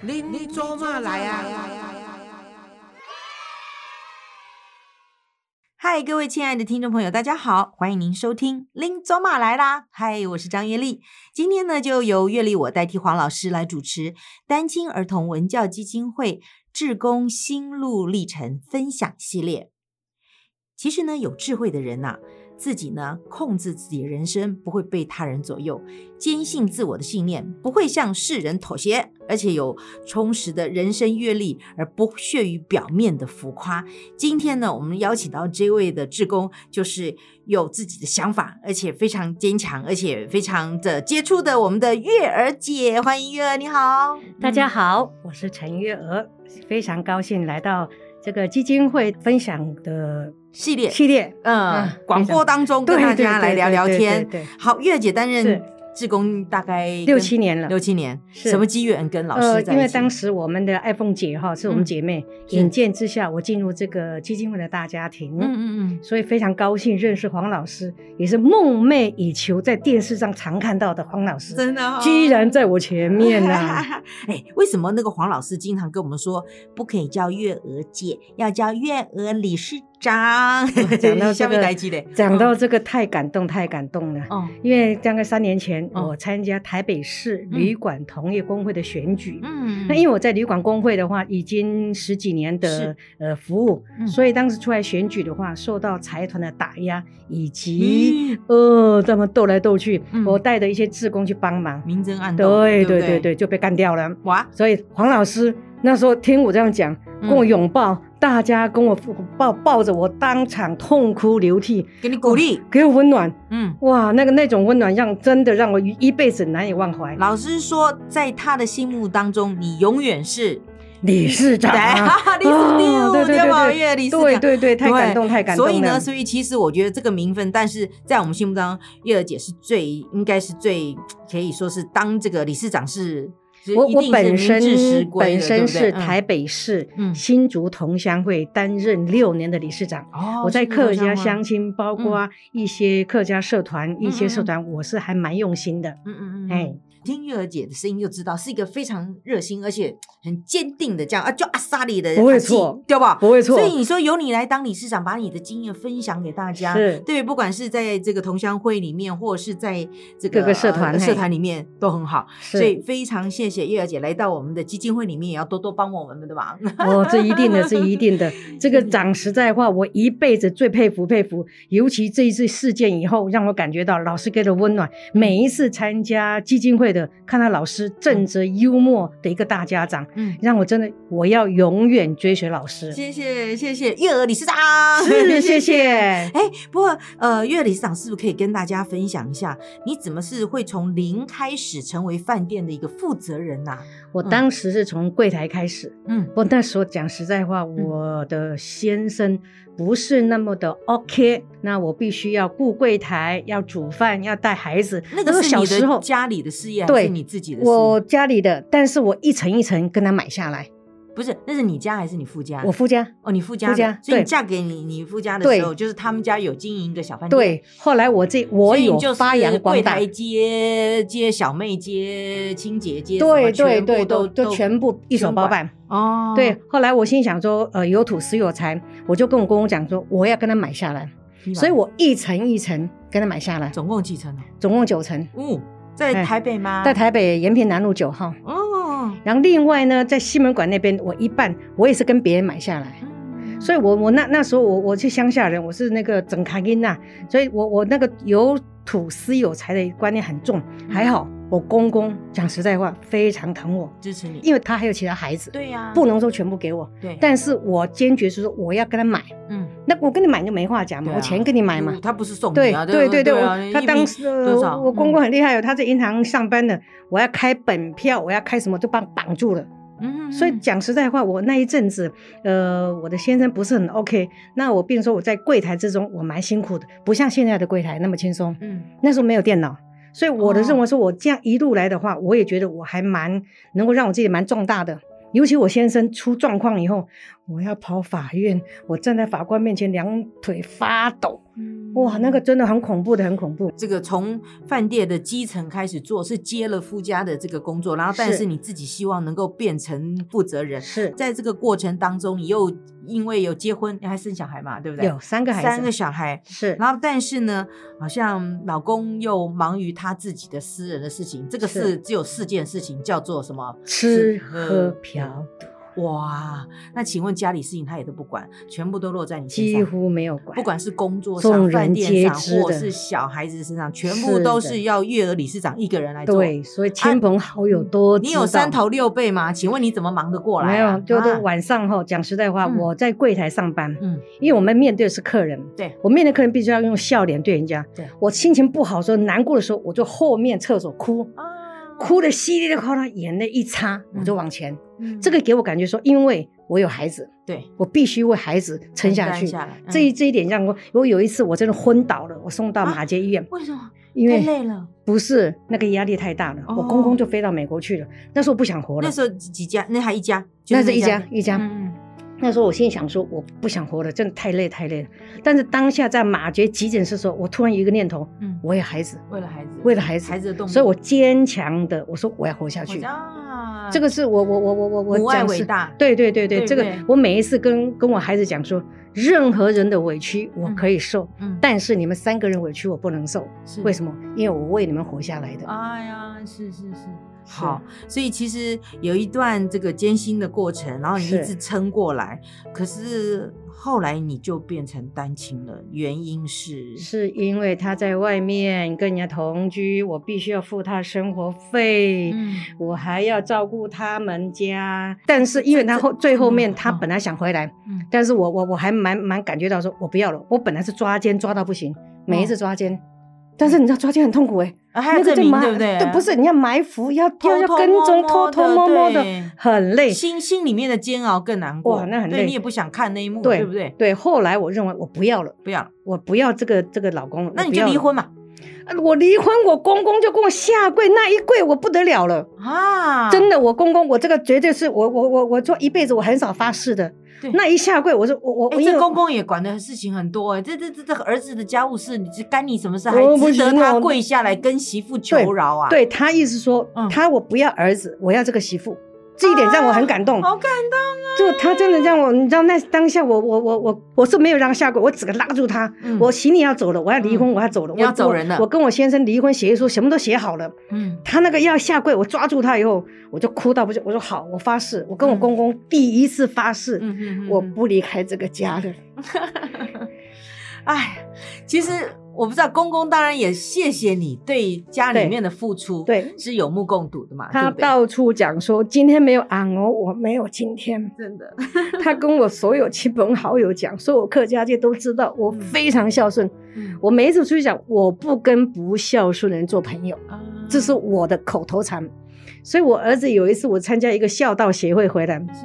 您您做嘛来啊？嗨，各位亲爱的听众朋友，大家好，欢迎您收听《林走马来啦》。嗨，我是张月丽，今天呢就由月丽我代替黄老师来主持单亲儿童文教基金会志工心路历程分享系列。其实呢，有智慧的人呐、自己呢控制自己的人生，不会被他人左右，坚信自我的信念，不会向世人妥协，而且有充实的人生阅历，而不屑于表面的浮夸。今天呢，我们邀请到这位的志工，就是有自己的想法，而且非常坚强，而且非常的杰出的我们的月儿姐，欢迎月儿，你好，嗯大家好，我是陈月娥，非常高兴来到这个基金会分享的系列，系列，嗯啊，广播当中跟大家来聊聊天。对，对对对对对好，月儿姐担任是志工大概跟六七年了六七年，是什么机缘跟老呃，师在一起？嗯因为当时我们的爱凤姐哈是我们姐妹，是引荐之下，我进入这个基金会的大家庭，嗯嗯所以非常高兴认识黄老师，也是梦寐以求在电视上常看到的黄老嗯，师，真的、哦，居然在我前面呐、 哎，为什么那个黄老师经常跟我们说，不可以叫月娥姐，要叫月娥理事长？ 讲到这个下面来记嘞，讲到这个太感动，太感动了。哦，因为大概三年前，嗯我参加台北市旅馆同业工会的选举。嗯，那因为我在旅馆工会的话，已经十几年是的呃服务，嗯所以当时出来选举的话，受到财团的打压，以及、呃这么斗来斗去，嗯我带着一些志工去帮忙，明争暗斗，对对对不对对，就被干掉了。哇，所以黄老师那时候听我这样讲，嗯跟我拥抱，大家跟我抱抱着我，当场痛哭流涕，给你鼓励，给我温暖。嗯。哇，那个那种温暖让真的让我一辈子难以忘怀。老师说，在他的心目当中，你永远 是理事长、 啊，对，李四哦丢，对对对吧？对月对，李四对丢，对对，太感动，对太感动所了。以呢，所以其实我觉得这个名分，但是在我们心目当中，月儿姐是最应该是最可以说是当这个理事长是，是我一我定是本名身至实归本的身对是不对嗯台北市嗯新竹同乡会担任六年的理事长。哦，我在是客家这样乡吗，嗯亲，包括一些客家社团、一些社团，我是还蛮用心的。嗯嗯嗯，哎、嗯听月儿姐的声音就知道是一个非常热心而且很坚定的这样啊，就阿萨里的不会阿纪错对吧？不会错所以。你说由你来当理事长，把你的经验分享给大家，是对，不管是在这个同乡会里面，或者是在这各个社团呃嘿社团里面都很好，是所以非常谢谢叶儿姐来到我们的基金会里面，也要多多帮我们的忙。哦，这一定的，这一 定的。这个讲实在话，我一辈子最佩服佩服，尤其这一次事件以后，让我感觉到老师给的温暖。每一次参加基金会的，看到老师正直幽默的一个大家长，嗯，让我真的我要永远追随老师。 谢谢谢谢叶儿理事长，是，谢。谢。 哎，不过呃，叶儿理事长是不是可以跟大家分享一下，你怎么是会从零开始成为饭店的一个负责人啊呐、我当时是从柜台开始，嗯我那时候讲实在话，我的先生不是那么的 OK，那我必须要顾柜台，要煮饭，要带孩子。那个时候是小你时候的家里的事业，还对是你自己的事业？我家里的，但是我一层一层跟他买下来。不是，那是你家还是你夫家？我夫家哦，你夫家的，夫家所以你对嫁给你你夫家的对时候，就是他们家有经营一个小饭店，对，后来我这我嗯所以有你就是发扬光柜大台，接接小妹接清洁接什么，对对全部对，都都都全部一手包办。哦，对，后来我心想说，呃，有土斯有财，我就跟我公公讲说，我要跟他买下来，明白，所以我一层一层跟他买下来，总共几层呢？总共九层，哦，在哎台北吗？在台北延平南路九号。哦，然后另外呢，在西门馆那边，我一半我也是跟别人买下来。嗯所以我我那那时候我我是乡下人，我是那个整卡因呐，所以我我那个有土司有财的观念很重。还好嗯我公公讲实在话非常疼我，支持你，因为他还有其他孩子，对呀，不能说全部给我，对，但是我坚决是说我要跟他买。嗯，那我跟你买就没话讲对嘛，啊我钱跟你买嘛嗯。他不是送对你啊，对对对，啊我他一当瓶时多少呃我公嗯公很厉害哦，他在银行上班的，我要开本票，我要开什么都帮绑住了。嗯，所以讲实在话，我那一阵子，呃，我的先生不是很 OK，那我变成说我在柜台之中，我蛮辛苦的，不像现在的柜台那么轻松。嗯，那时候没有电脑，所以我的哦认为说，我这样一路来的话，我也觉得我还蛮能够让我自己蛮壮大的。尤其我先生出状况以后，我要跑法院，我站在法官面前两腿发抖，嗯哇，那个真的很恐怖的，很恐怖。这个从饭店的基层开始做，是接了夫家的这个工作，然后但是是你自己希望能够变成负责人，是在这个过程当中，你又因为有结婚，你还生小孩嘛，对不对？有三个孩子，三个小孩，是然后但是呢，好像老公又忙于他自己的私人的事情，这个是是只有四件事情，叫做什么？吃吃喝喝嫖赌哇，那请问家里事情他也都不管，全部都落在你身上，几乎没有管，不管是工作众上、人饭店上，皆知的或是小孩子身上，全部是都的是要月儿理事长一个人来做。对，所以亲朋好友多、啊你有三。头六臂吗？请问你怎么忙得过来、啊？没有，就是啊晚上哈。讲实在话，嗯我在柜台上班，嗯，因为我们面对的是客人，对我面对客人必须要用笑脸对人家。对我心情不好的时候、难过的时候，我就后面厕所哭，啊，哭的稀里哗啦，眼泪一擦，我就往前。嗯这个给我感觉说，因为我有孩子，对我必须为孩子撑下承去担。下来，嗯这一这一点让我，我有一次我真的昏倒了，我送到马街医院，为什么因啊太为累哦了？不是那个压力太大了，我公公就飞到美国去了。那时候我不想活了那，时候几几家？那还一家？就那是一家一家。嗯嗯那时候我心里想说，我不想活了，真的太累太累了。但是当下在马街急诊室的时候，我突然有一个念头，嗯，我有孩子，为了孩子，为了孩子孩子的动力，所以我坚强的我说我要活下去。啊，这个是我我我我我我母爱讲是伟大对对对对，对这个对我每一次跟跟我孩子讲说，任何人的委屈我嗯可以受，嗯，但是你们三个人委屈我不能受，是为什么？因为我为你们活下来的。哎呀，是是是。好，所以其实有一段这个艰辛的过程，然后你一是直撑过来，可是后来你就变成单亲了，原因是是因为他在外面跟人家同居，我必须要付他生活费，嗯我还要照顾他们家。但是因为他后这最后面嗯他嗯本来想回来，嗯但是我我我还蛮蛮感觉到说，我不要了。我本来是抓奸抓到不行，每一次抓奸，但是你知道抓奸很痛苦哎、啊还有那个嗯证在明埋对不对？不是你要埋伏，要偷要要偷跟摸踪，摸偷偷的摸摸的对，很累。心心里面的煎熬更难过，哇那很对累你也不想看那一幕，对对不对？对，后来我认为我不要了，不要了，我不要这个这个老公了，那我你不就要离了婚嘛呃我离婚，我公公就跟我下跪，那一跪我不得了了，啊！真的，我公公，我这个绝对是我我我我做一辈子我很少发誓的对，那一下跪，我说我我哎、我因为这公公也管的事情很多哎、这这这这儿子的家务事，你这干你什么事？还我不值得行他我跪下来跟媳妇求饶啊？，对他意思说、嗯哦他我不要儿子，我要这个媳妇，这一点让我很感动，啊好感动。就他真的让我，你知道那当下我我我我我是没有让他下跪，我整个拉住他，嗯我行李要走了，我要离婚，我要走了，你要我走人了我我跟我先生离婚协议书什么都写好了，嗯，他那个要下跪，我抓住他以后，我就哭到不行，我说好，我发誓，我跟我嗯公公第一次发誓，嗯嗯嗯我不离开这个家的。哎，其实我不知道，公公当然也谢谢你对家里面的付出，，对是有目共睹的嘛，他对不对？到处讲说，今天没有俺哦，我没有 今天。真的，他跟我所有亲朋好友讲，所有客家界都知道我非常孝顺。嗯我每一次出去讲，我不跟不孝顺的人做朋友，啊这是我的口头禅。所以，我儿子有一次我参加一个孝道协会回来，是，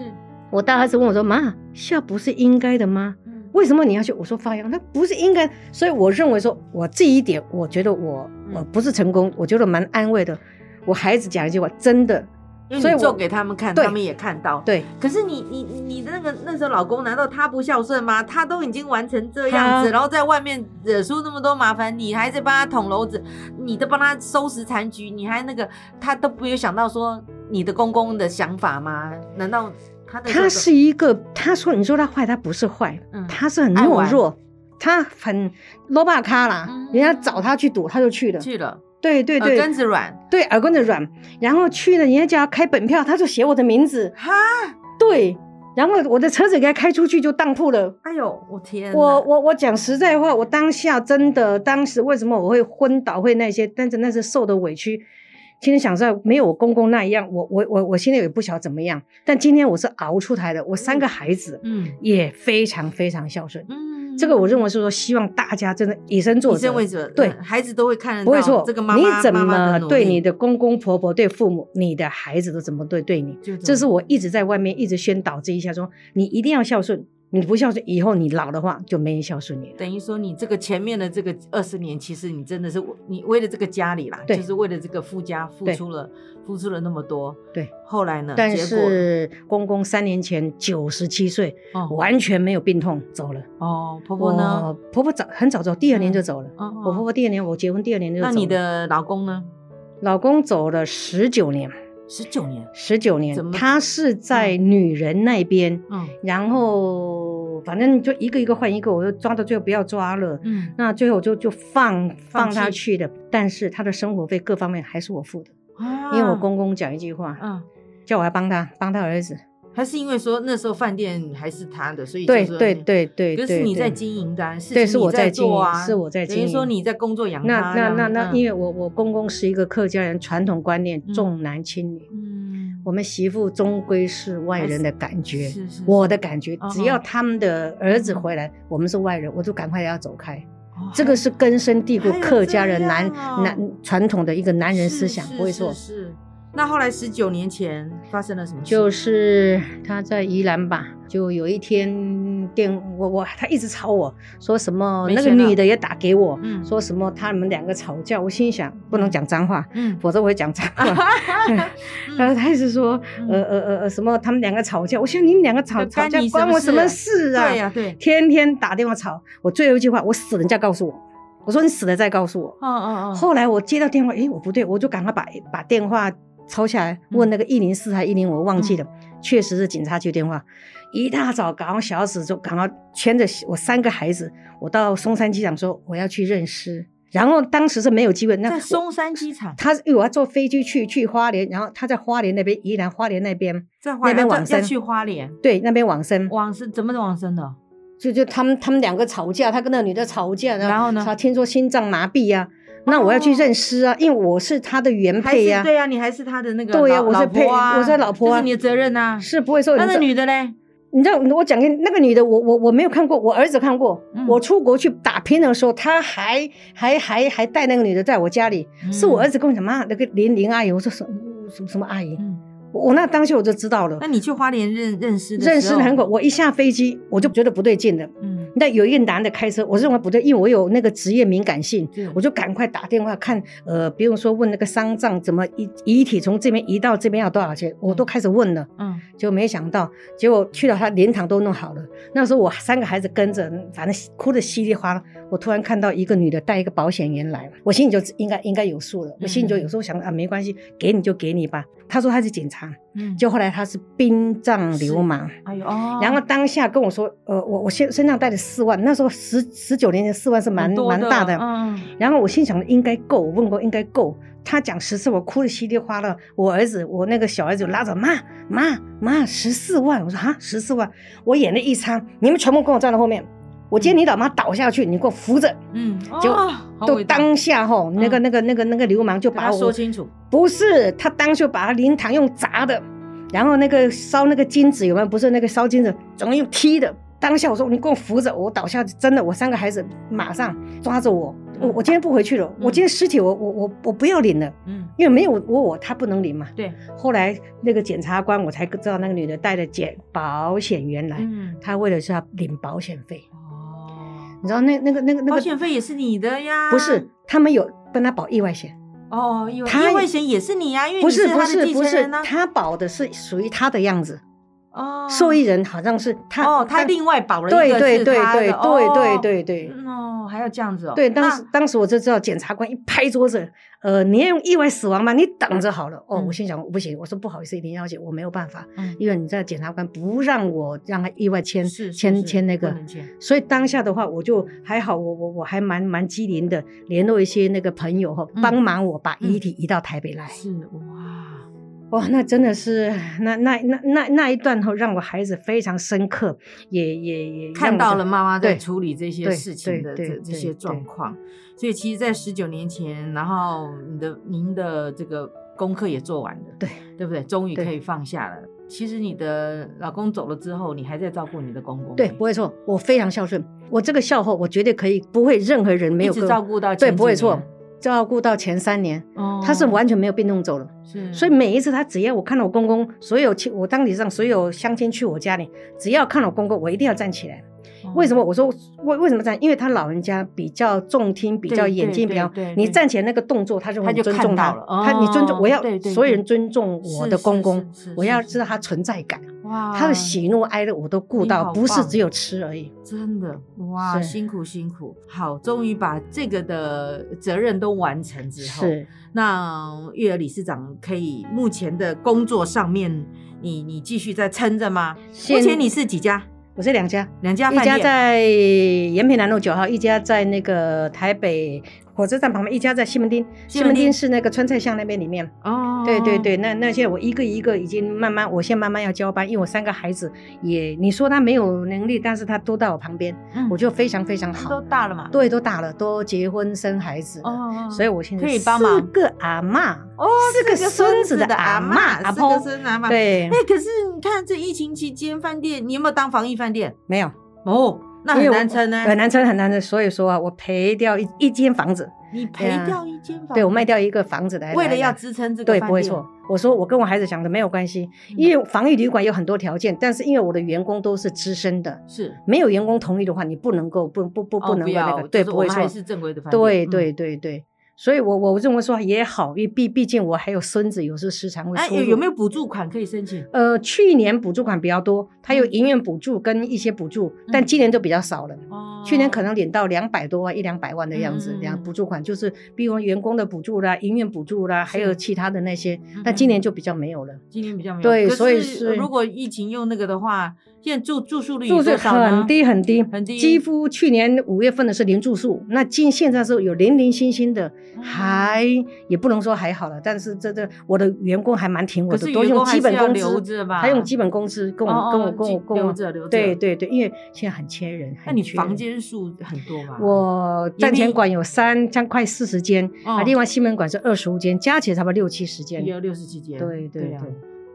我大儿子问我说：“妈，孝不是应该的吗？”嗯为什么你要去？我说发扬，那不是应该。所以我认为说，我这一点，我觉得我嗯我不是成功，我觉得蛮安慰的。我孩子讲一句话，真的因所为以你我做给他们看，对他们也看到。对，可是你你你你的那个那时候老公，难道他不孝顺吗？他都已经完成这样他子，然后在外面惹出那么多麻烦，你还在帮他捅娄子，你都帮他收拾残局，你还那个，他都没有想到说你的公公的想法吗？难道他的他是一个，他说你说他坏，他不是坏，嗯他是很爱玩懦弱，他很罗巴卡啦，嗯人家找他去赌，他就去了。去了对对耳对，根子软对耳根子软，然后去了，人家叫他开本票，他就写我的名字，哈？对，然后我的车子给他开出去就当铺了。哎呦，我天哪！我我我讲实在话，我当下真的，当时为什么我会昏倒，会那些，但是那是受的委屈。今天想在没有我公公那一样，我我我我现在也不晓得怎么样，但今天我是熬出来的，我三个孩子嗯也非常非常孝顺。嗯，这个我认为是说，希望大家真的以身作以则，身为者，对嗯孩子都会看得到不会错。这个妈你妈怎么妈妈的努对力你的公公婆婆、对父母、你的孩子都怎么对对你？就这是我我一直在外面一直宣导这一下说，你一定要孝顺，你不孝顺，以后你老的话就没人孝顺你了。等于说你这个前面的这个二十年，其实你真的是为你为了这个家里啦，对就是为了这个夫家付对出了付出了那么多。对，后来呢？但嗯结果是公公三年前九十七岁，哦完全没有病痛走了。哦，婆婆呢？我？婆婆早很早走，第二年嗯就走了。哦哦我婆婆第二年，我结婚第二年就走那了。你的老公呢？老公走了十九年，十九年。十九怎年，么他是在女人那边，嗯然后反正就一个一个换一个，我就抓到最后不要抓了。嗯，那最后就就放放放弃他去的，但是他的生活费各方面还是我付的，啊因为我公公讲一句话，嗯，叫我要帮他帮他儿子。还是因为说那时候饭店还是他的，所以就对说对你。对对，可对是你在对经营的、啊，事对情是你我在经做营啊，是我在等经于说营你在工作养那他这那样那子那，嗯因为我我公公是一个客家人，传统观念嗯重男轻女，嗯，我们媳妇终归是外人的感觉。啊是是我的是感觉嗯，只要嗯他们的儿子回来，我们是外人，我就赶快要走开。哦这个是根深蒂固还有客家人这样男哦男传统的一个男人是思想，是不会错是。是。那后来十九年前发生了什么事？就是他在宜兰吧，就有一天电我我他一直吵我说什么，没那个钱了女的也打给我，嗯说什么他们两个吵架，我心想不能讲 脏话，嗯，否则我会讲脏话。然后 他一直说，呃呃呃呃，什么他们两个吵架，我想你们两个吵嗯就吵干架你什么关我什么事事啊啊？对呀对天天打电话吵。我最后一句话，我死了你再告诉我，我说你死了再告诉我。哦哦哦，后来我接到电话，诶，我不对，我就赶快把把电话抄下来，嗯问那个一零四还一零，我忘记了，确实是警察局电嗯话。一大早，赶快小指就赶快牵着我三个孩子，我到松山机场说我要去认尸，然后当时是没有机会，那在我松山机场，他因为我要坐飞机去去花莲，然后他在花莲那边，宜兰花莲那边，在花那边莲要往要生去花莲对，那边往生，往生怎么往生的？就就他们他们两个吵架，他跟那个女的吵架，然后呢哦他听说心脏麻痹呀、那我要去认尸啊，因为我是他的原还是配呀、对呀，你还是他的那个对呀老我是老配婆啊，我是老婆这啊是你的责任呐。是不会说那你那知道女的嘞？你知道我讲给你那个女的，我我我没有看过，我儿子看过。嗯我出国去打拼的时候，他还还还还带那个女的在我家里，是我儿子。子跟我讲妈那个林林阿姨，我说什么什么什么阿姨，嗯，我我那当下我就知道了那。你去花莲认认识的认识时候很久，我一下飞机我就觉得不对劲了。嗯，那有一个男的开车，我认为不对，因为我有那个职业敏感性对，我就赶快打电话看，呃，比如说问那个丧葬怎么遗遗体从这边移到这边要多少钱，我都开始问了。嗯就没想到，结果去了他灵堂都弄好了。那时候我三个孩子跟着，反正哭得稀里哗啦。我突然看到一个女的带一个保险员来，我心里就应该应该有数了。我心里就有时候想啊，没关系，给你就给你吧。他说他是警察，嗯，就后来他是殡葬流氓。哎呦，哦然后当下跟我说，呃，我我身身上带了四万，那时候十十九年前四万是蛮很多蛮大的。嗯，然后我心想应该够，我问过应该够。他讲十次，我哭得稀里哗啦。我儿子，我那个小儿子拉着妈妈妈十四万，我说啊十四万，我眼泪一擦，你们全部跟我站在后面。我今天你老妈倒下去，你给我扶着。嗯，就哦好就伟大当下吼，那个嗯那个那个那个流氓就跟把他我说清楚，不是，他当时把他灵堂用砸的，然后那个烧那个金子有没有？不是那个烧金子，总用踢的。当下我说你给我扶着，我倒下去，真的，我三个孩子马上抓着我，我我今天不回去了，我今天尸体我我我我不要领了，嗯，因为没有我我他不能领嘛。对，后来那个检察官我才知道那个女的带了检保险员来，嗯，她为了是要领保险费，哦，你知道那那个那个那保个险费也是你的呀，不是他们有帮他保意外险。哦，意外他意外险也是你呀，因为不你是不他的是继不承是人呢，，他保的是属于他的样子，哦，受益人好像是他哦，他但另外保了一对个对是对对他的对哦对对对嗯哦，还要这样子哦，对，当那时当时我就知道检察官一拍桌子，呃，你要用意外死亡吗？你等着好了。哦，嗯我心想不行，我说不好意思，林小姐，我没有办法，嗯因为你知道检察官不让我让他意外签是是是签签那不个能。签所以当下的话，我就还好我，我我还蛮蛮机灵的，联络一些那个朋友哈，嗯帮忙我把嗯遗体移到台北来。是哇，哇，那真的是那那那那那一段后，让我孩子非常深刻，也也也让看我到的了妈妈在对处理这些对事情的对这对这些对状况，所以其实，在十九年前，然后你的您的这个功课也做完了，对对不对？终于对可以放下了。其实你的老公走了之后，你还在照顾你的公公，对，不会错，我非常孝顺，我这个孝后，我绝对可以，不会任何人没有一直跟照顾到对，前不会几年错。照顾到前三年，哦嗯他是完全没有被弄走了。是，所以每一次他只要我看到我公公，所有亲我当地上所有乡亲去我家里，只要看到我公公，我一定要站起来。为什么么？我说为为什么站？因为他老人家比较重听，比较对眼睛对比较对对，你对站起来那个动作，他就他很就尊看重到他了。他你尊重，我哦要对对所有对人尊重我是的是公公是是，我要是知道他存在感，哇他的喜怒哀乐我都顾你到，好不是棒只有吃而已。真的哇，是辛苦辛苦，好，终于把这个的责任都完成之后，是。那育儿理事长可以目前的工作上面，你你继续在撑着吗？目现前你是几家？我是两家，两家一饭家店？在延平南路九号，一家在那个台北火车站旁边，一家在西门町。西西门町门町是那个川菜巷那边里面。哦对对，对，那那些我一个一个已经慢慢，我现在慢慢要交班，因为我三个孩子也，你说他没有能力，但是他都在我旁边，嗯我就非常非常都好。大了嘛，对，都大了，都结婚生孩子了，哦，所以我现在可以帮忙四个阿嬷，哦，四个孙子子的阿嬷嬷阿四个婆，孙子阿妈。对哎，，可是你看这疫情期间，饭店你有没有当防疫饭店？没有，哦，那很因为我难撑呢。很难撑，很难撑。所以说啊，我赔掉一一间房子，你赔对啊掉一间房，对我卖掉一个房子来，为来了要来支撑这个对，饭不会店嗯错。。我说我跟我孩子讲的没有关系，因为防疫旅馆有很多条件，但是因为我的员工都是资深的，是没有员工同意的话，你不能够不不不哦不能够那要个，就对，是不我会们错还。是正规的饭店。对嗯对对对，所以我我认为说也好，因为毕毕竟我还有孙子，有时候时常会哎，出有入有没有补助款可以申请？呃，去年补助款比较多，它有嗯营运补助跟一些补助，但嗯今年就比较少了。哦去年可能领到两百多万、一两百万的样子，嗯两、嗯嗯补助款就是，比如员工的补助啦、营运补助啦，还有是其他的那些嗯，但今年就比较没有了。今年比较没有。对可所以是是如果疫情用那个的话，现在住住宿率住有宿多少呢很低很低，很低几乎去年五月份的是零住宿，那今现在是有零零星星的，嗯还也不能说还好了，但是这这我的员工还蛮挺我可是的，都员用工还基是本要工留资，着吧，他用基本工资跟哦我跟我哦跟我记跟我留着留着对对对，因为现在很缺人，那很你缺房人间数很多吧？我站前馆有三将快四十间，啊，哦另外西门馆是二十五间，加起来差不多六七十间。也有六十几间。对对啊对。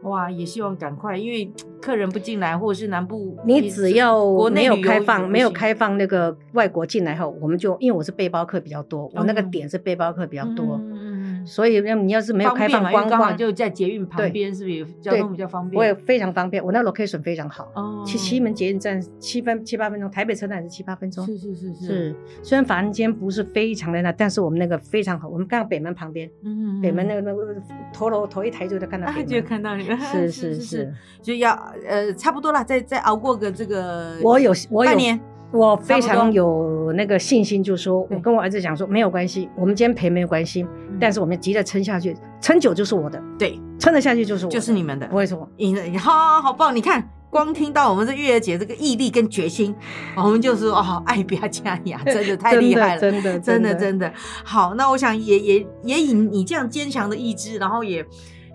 哇，也希望赶快，因为客人不进来，或者是南部你只要国内没有旅游开也放，不没有行开放那个外国进来后，我们就因为我是背包客比较多，我那个点是背包客比较多，哦嗯嗯嗯嗯所以那你要是没有方开便放嘛因为观刚好光，就在捷运旁对边，是不是也交对通比较方便？我也非常方便，我那 location 非常好，哦，去西门捷运站七分七八分钟，台北车站也是七八分钟。是是是是，是，虽然房间不是非常的那，但是我们那个非常好，我们刚好北门旁边，嗯，嗯北门那个那个头楼头一抬就能看到啊，北就门。看到你，是是是是，，就要呃差不多了，再再熬过个这个，我有我有半年，我差非不多常有那个信心，就说对嗯我跟我儿子讲说没有关系，我们今天赔没有关系，但是我们急着撑下去，撑久就是我的，对，撑得下去就是我的，就是你们的不，会错。赢了，你好好棒！你看，光听到我们这月儿姐这个毅力跟决心，我们就说哦，爱不要加 呀，真的太厉害了。真的真的的真的好，那我想也也也以你这样坚强的意志，然后也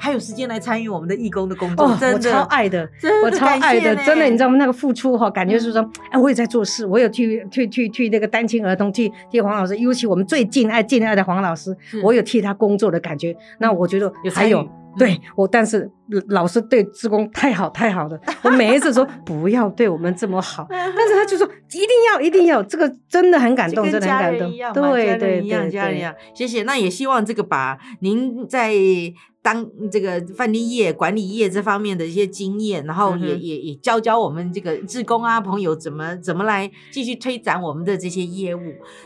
还有时间来参与我们的义工的工作，哦，我真的超爱的。真的我超爱的，真的，你知道道吗？那个付出哈，感觉是嗯说，哎，我也在做事，我有去去去去那个单亲儿童，替替黄老师，尤其我们最敬爱敬爱的黄老师是，嗯我有替他工作的感觉。那我觉得有参还与有嗯。对我，但是老师对职工太好太好了，我每一次说 不要对我们这么好，但是他就说一定要一定要，这个真的很嗯感就动，跟真的很家感人动一样，嘛，对家对人一样，对家人一对，样。谢谢。那也希望这个把您在当这个饭店业、管理业这方面的一些经验，然后也、嗯哼也也教教我们这个志工啊朋友怎么怎么来继续推展我们的这些业务。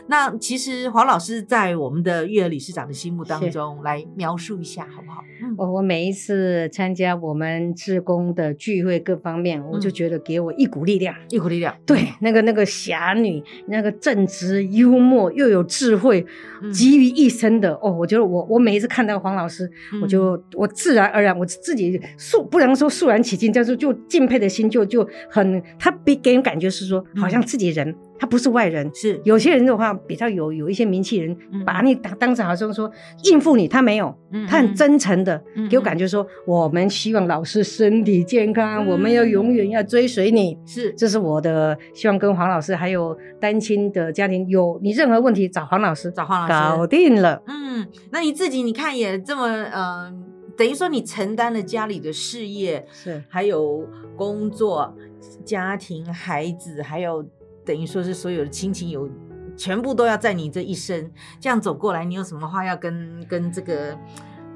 那其实黄老师在我们的育儿理事长的心目当是中来描述一下好不好？嗯我我每一次参加我们志工的聚会各方面，我就嗯觉得给我一股力量。一股力量，对，那个那个侠女，那个正直、幽默又有智慧，嗯集于一身的、哦，我觉得我我每一次看到黄老师，嗯我就我自然而然我自己肃不能说肃然起敬，但是就敬佩的心就就很，他给给人感觉是说嗯好像自己人，他不是外人。是有些人的话比较有有一些名气人，嗯把你当当成好像说应付你，他没有，他很真诚的嗯给我感觉说，我们希望老师身体健嗯康，我们要永远要追随你。是这是我的希望，跟黄老师还有单亲的家庭有你任何问题找黄老师，找黄老师搞定了。嗯，那你自己你看也这么呃，等于说你承担了家里的事业，是还有工作、家庭、孩子，还有等于说是所有的亲情有全部都要在你这一生这样走过来，你有什么话要跟跟这个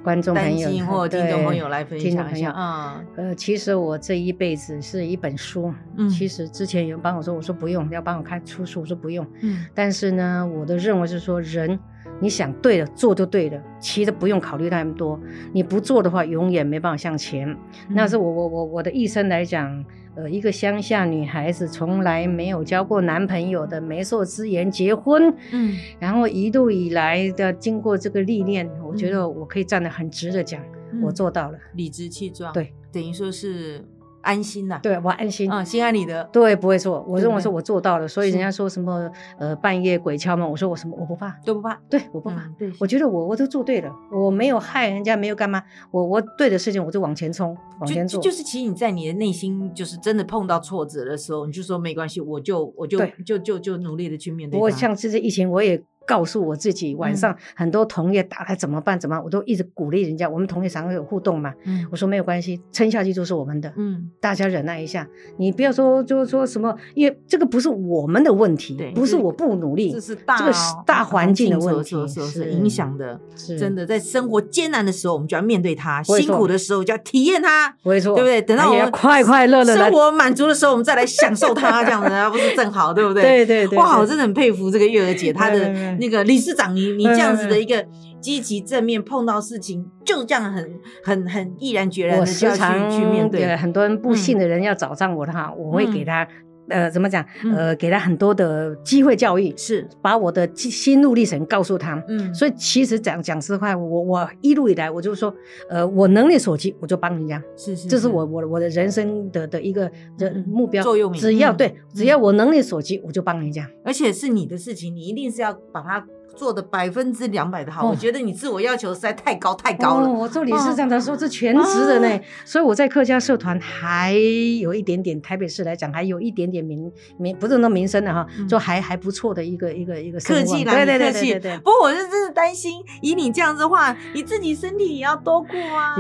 观众单朋友亲或听众对朋友来分听众享朋一下友啊？呃，其实我这一辈子是一本书。嗯其实之前有人帮我说，我说不用，要帮我看出书，我说不用。嗯但是呢，我的认为是说，人你想对了，做就对了，其实不用考虑那么多。你不做的话，永远没办法向前。那嗯是我我我我的一生来讲，呃，一个乡下女孩子，从来没有交过男朋友的媒妁之言结婚，嗯然后一路以来的经过这个历练，我觉得我可以站得很直的讲，我嗯做到了，理直气壮，对，等于说是安心呐，对我安心。啊，心安理得，对，不会错。我对认不为说对我做到了，所以是人家说什么呃半夜鬼敲门，我说我什么我不怕，都不怕，对我不怕。嗯，对，我觉得我我都做对了，我没有害人家，没有干嘛，我我对的事情我就往前冲，往就前就做。就是，其实你在你的内心，就是真的碰到挫折的时候，你就说没关系，我就我就对就就就努力的去面对不它。过像这次疫情，我也告诉我自己，晚嗯上很多同业打来怎么办怎么办，我都一直鼓励人家。我们同业常常有互动嘛，嗯我说没有关系，撑下去就是我们的，嗯，大家忍耐一下。你不要说就是说什么，因为这个不是我们的问题对，不是这我不努力这，是大这个是大环境的问题所所所是影响的，是真。的在生活艰难的时候，我们就要面对它；不会辛错苦的时候就要体验它，不会错，对不对？等到哎我呀们快快乐乐来生活满足的时候，我们再来享受它，这样 子那不是正好，对不对？对对对，哇，对我真的很佩服这个月儿姐，她没的没没那个理事长，你你没这样子没的没一个积极正面，碰到事情就这样很很很毅然决然我的就时要常去去面呃对，很多人不信的人要找上我的哈，我会给他呃怎么讲嗯呃给他很多的机会教育，是，把我的心心路历程告诉他。嗯，所以其实讲讲实话，我我一路以来我就说，呃，我能力所及，我就帮人家，是是，这是是我我我的人生的的一个人嗯目标。座右铭只要嗯对，只要我能力所及，我就帮人家。而且是你的事情，你一定是要把它做的百分之两百的好。哦我觉得你自我要求实在太高太高哦了。哦我做理事长的时候是全职的呢，所以我在客家社团还有一点点，台北市来讲还有一点点民民不是那民生的哈，嗯就还还不错的一个一个一个声客望。气啦，对对你对客对气。对对。不过我是真的担心，以你这样子的话，你自己身体也要多顾啊。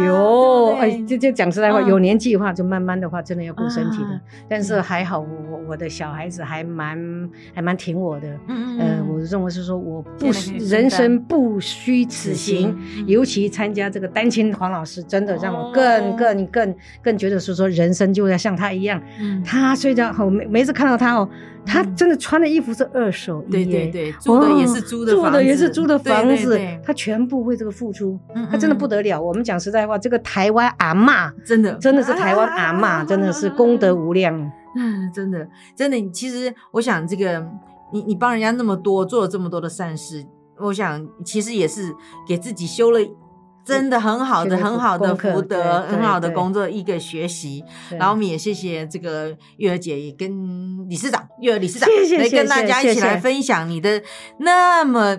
对有，哎，不这对这讲实在话，嗯有年纪的话，就慢慢的话，真的要顾身体的啊。但是嗯还好，我我我的小孩子还蛮还蛮挺我的。嗯呃，我认为是说，我现在不可以分担人生不虚此行，嗯尤其参加这个单亲黄老师，真的让我更哦更更更觉得是说，人生就要像他一样。他虽然我每每次看到他哦，他嗯真的穿的衣服是二手衣对耶，对对，住的也是租的哦住房子，的也哦是租的对房对子对，他全部为这个付出嗯，他真的不嗯得了。我们讲实在话，这个台湾阿嬷真的真的是台湾 阿嬷，真的是功德无量。嗯，真的，真的，你其实我想，这个你你帮人家那么多，做了这么多的善事，我想其实也是给自己修了真的很好的、修了一很好的功课福德、对对很好的对工作一个学习。然后我们也谢谢这个月儿姐，也跟理事长月儿理事长谢谢来谢跟大谢家谢一起来谢分享你的那么。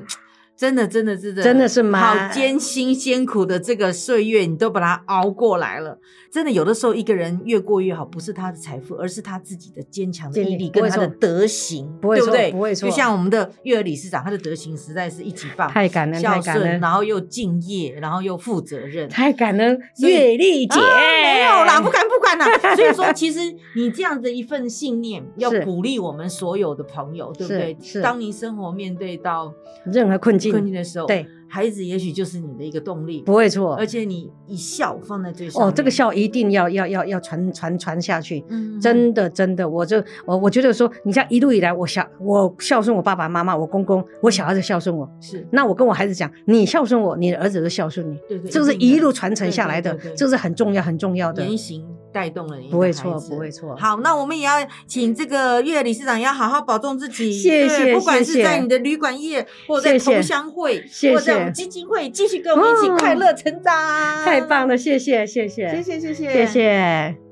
真的，真的，真的，真的是好蛮艰辛艰苦的这个岁月，你都把它熬过来了。真的，有的时候一个人越过越好，不是他的财富，而是他自己的坚强的坚毅定力不跟会他的错德行，不会对不错对？不会错就像我们的月儿理事长，他的德行实在是一级棒，太感恩，太孝感顺，恩，然后又敬业，然后又负责任，太感恩，所以月丽姐啊没有啦，不敢不 敢啦。所以说，其实你这样的一份信念，要是鼓励我们所有的朋友，对不对？是是当你生活面对到任何困困境境，的时候，对，孩子也许就是你的一个动力，不会错而。且你以笑放在最上哦，这个面，笑一定要要要要传传传下去。嗯，真的，真的，我就我我觉得说，你像一路以来，我孝我孝顺我爸爸妈妈，我公公，我小孩子孝顺我，是那我跟我孩子讲，你孝顺我，你的儿子就孝顺你，对对，这个是定的一路传承下来的对对对，对这是很重要很重要的。言行带动了你的不会孩错子不会错好，那我们也要请这个岳理事长要好好保重自己，谢谢对不管谢是谢在你的旅馆业，或者在谢谢同乡会，谢谢或者在我们基金会，继续跟我们一起哦快乐成长，太棒了，谢谢谢谢谢谢谢谢谢谢